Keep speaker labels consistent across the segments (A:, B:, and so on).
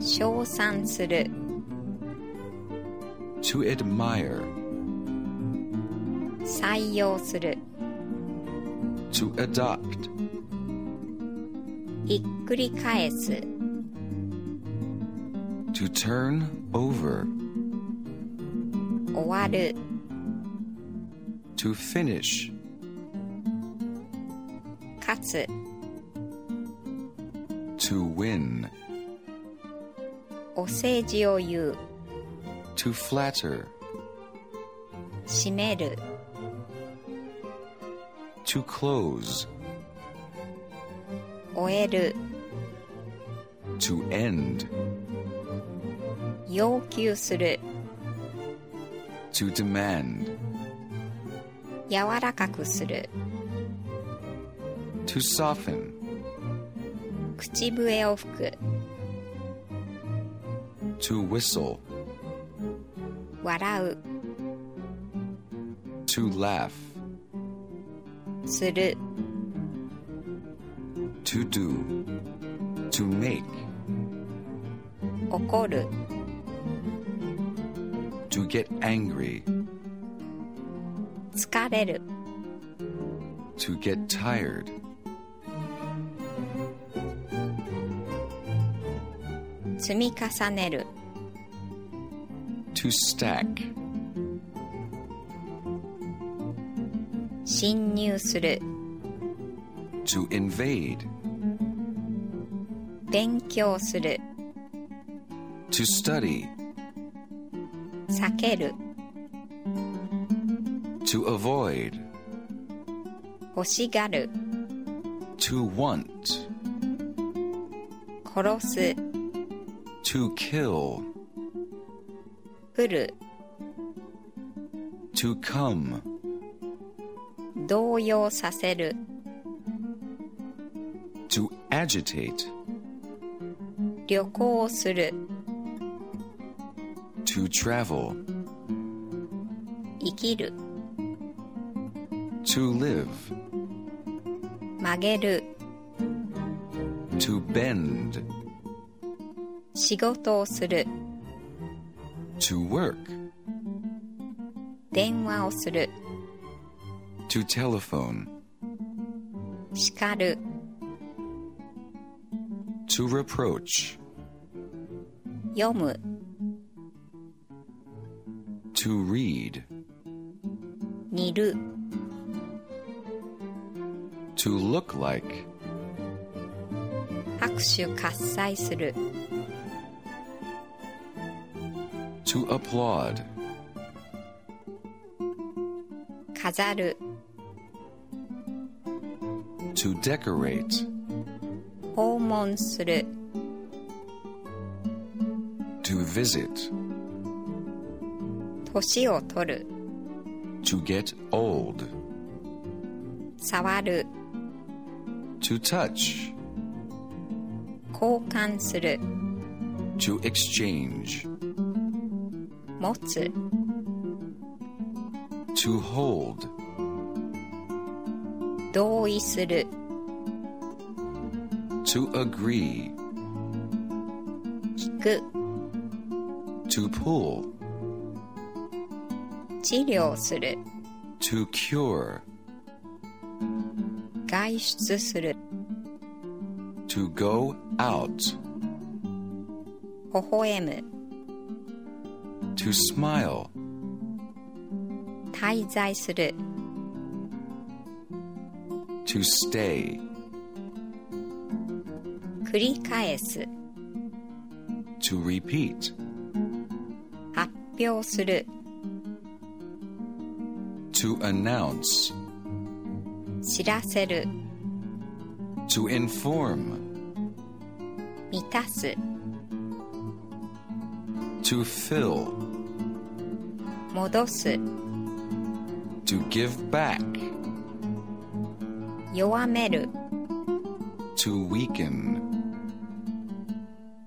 A: 称賛する
B: to admire,
A: 採用する
B: to adopt,
A: ひっくり返す
B: to turn over,
A: 終わる
B: to finish,
A: 勝つ
B: to win,
A: お世辞を言う
B: to flatter,
A: 締める
B: to close,
A: 終える
B: to end,
A: 要求する
B: to demand,
A: 柔らかくする
B: to soften,
A: 口笛を吹く
B: to whistle,
A: 笑う
B: to laugh,
A: する
B: to do, to make,
A: 怒る
B: to get angry,
A: 疲れる
B: to get tired.
A: 積み重ねる
B: to stack,
A: 侵入する
B: to invade,
A: 勉強する
B: to study,
A: 避ける
B: to avoid,
A: 欲しがる
B: to want,
A: 殺す
B: to kill,
A: 来る
B: to come,
A: 動揺させる
B: to agitate,
A: 旅行する
B: to travel,
A: 生きる
B: to live,
A: 曲げる
B: to bend,
A: 仕事をする
B: to work,
A: 電話をする
B: to telephone,
A: 叱る
B: to reproach,
A: 読む
B: to read,
A: 煮る
B: to look like,
A: 拍手喝采する
B: to applaud,
A: 飾る
B: to decorate,
A: 訪問する
B: to visit,
A: 年を取る
B: to get old,
A: 触る
B: to touch,
A: 交換する
B: to exchange.
A: 持つ
B: to hold,
A: 同意する
B: to agree,
A: 聞く
B: to pull,
A: 治療する
B: to cure,
A: 外出する
B: to go out,
A: 微笑む
B: to smile,
A: 滞在する
B: to stay,
A: 繰り返す
B: to repeat,
A: 発表する
B: to announce,
A: 知らせる
B: to inform,
A: 満たす
B: to fill,
A: 戻す
B: to give back,
A: 弱める
B: to weaken,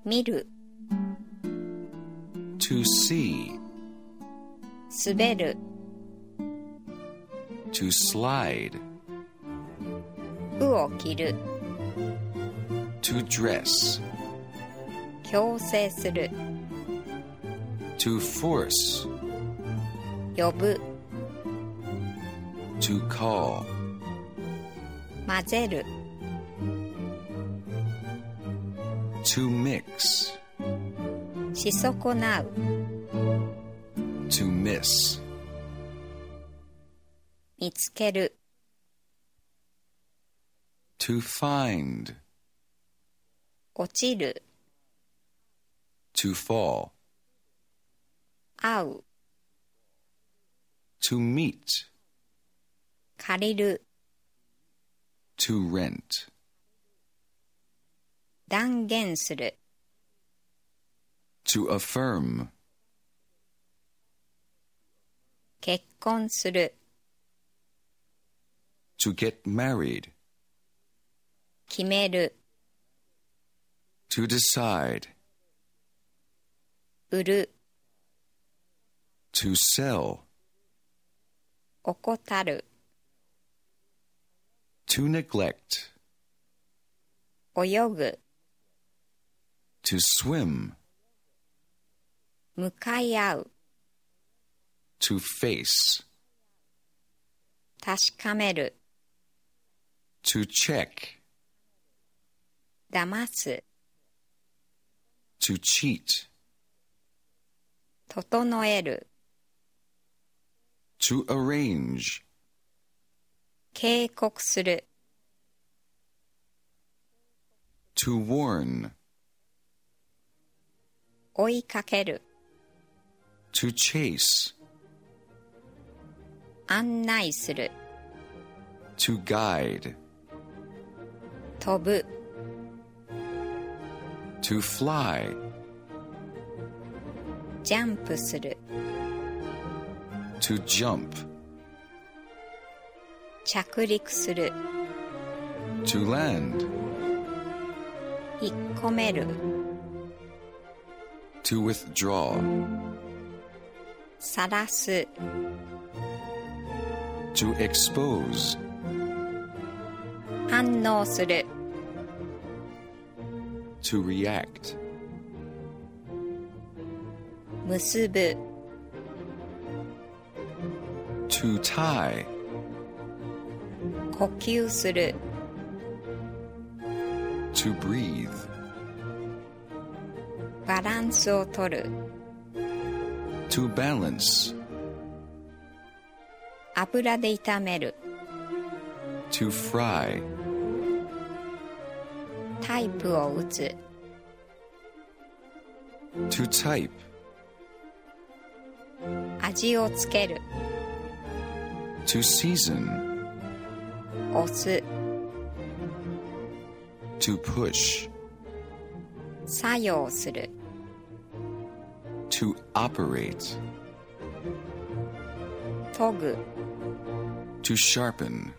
A: 見る
B: to see,
A: 滑る
B: to slide,
A: 服を着る
B: to dress,
A: 強制する
B: to force,
A: 呼ぶ
B: to call,
A: 混ぜる
B: to mix,
A: し損なう
B: to miss,
A: 見つける
B: to find,
A: 落ちる
B: to fall,
A: 会う
B: to meet,
A: 借りる
B: to rent,
A: 断言する
B: to affirm,
A: 結婚する
B: to get married,
A: 決める
B: to decide,
A: 売る
B: to sell,
A: 怠る
B: to neglect,
A: 泳ぐ
B: to swim,
A: 向かい合う
B: to face,
A: 確かめる
B: to check,
A: 騙す
B: to cheat,
A: 整える
B: to arrange,
A: 警告する
B: to warn,
A: 追いかける
B: to chase,
A: 案内する
B: to guide,
A: 飛ぶ
B: to fly,
A: ジャンプする
B: to jump,
A: 着陸する
B: to land,
A: 引っ込める
B: to withdraw,
A: 晒す
B: to expose,
A: 反応する
B: to react,
A: 結ぶ
B: to tie,
A: 呼吸する
B: to breathe,
A: バランスをとる
B: to balance,
A: 油で炒める
B: to fry,
A: タイプを打つ
B: to type,
A: 味をつける
B: to season,
A: 押す
B: to push,
A: 作用する
B: to operate,
A: 研ぐ
B: to sharpen.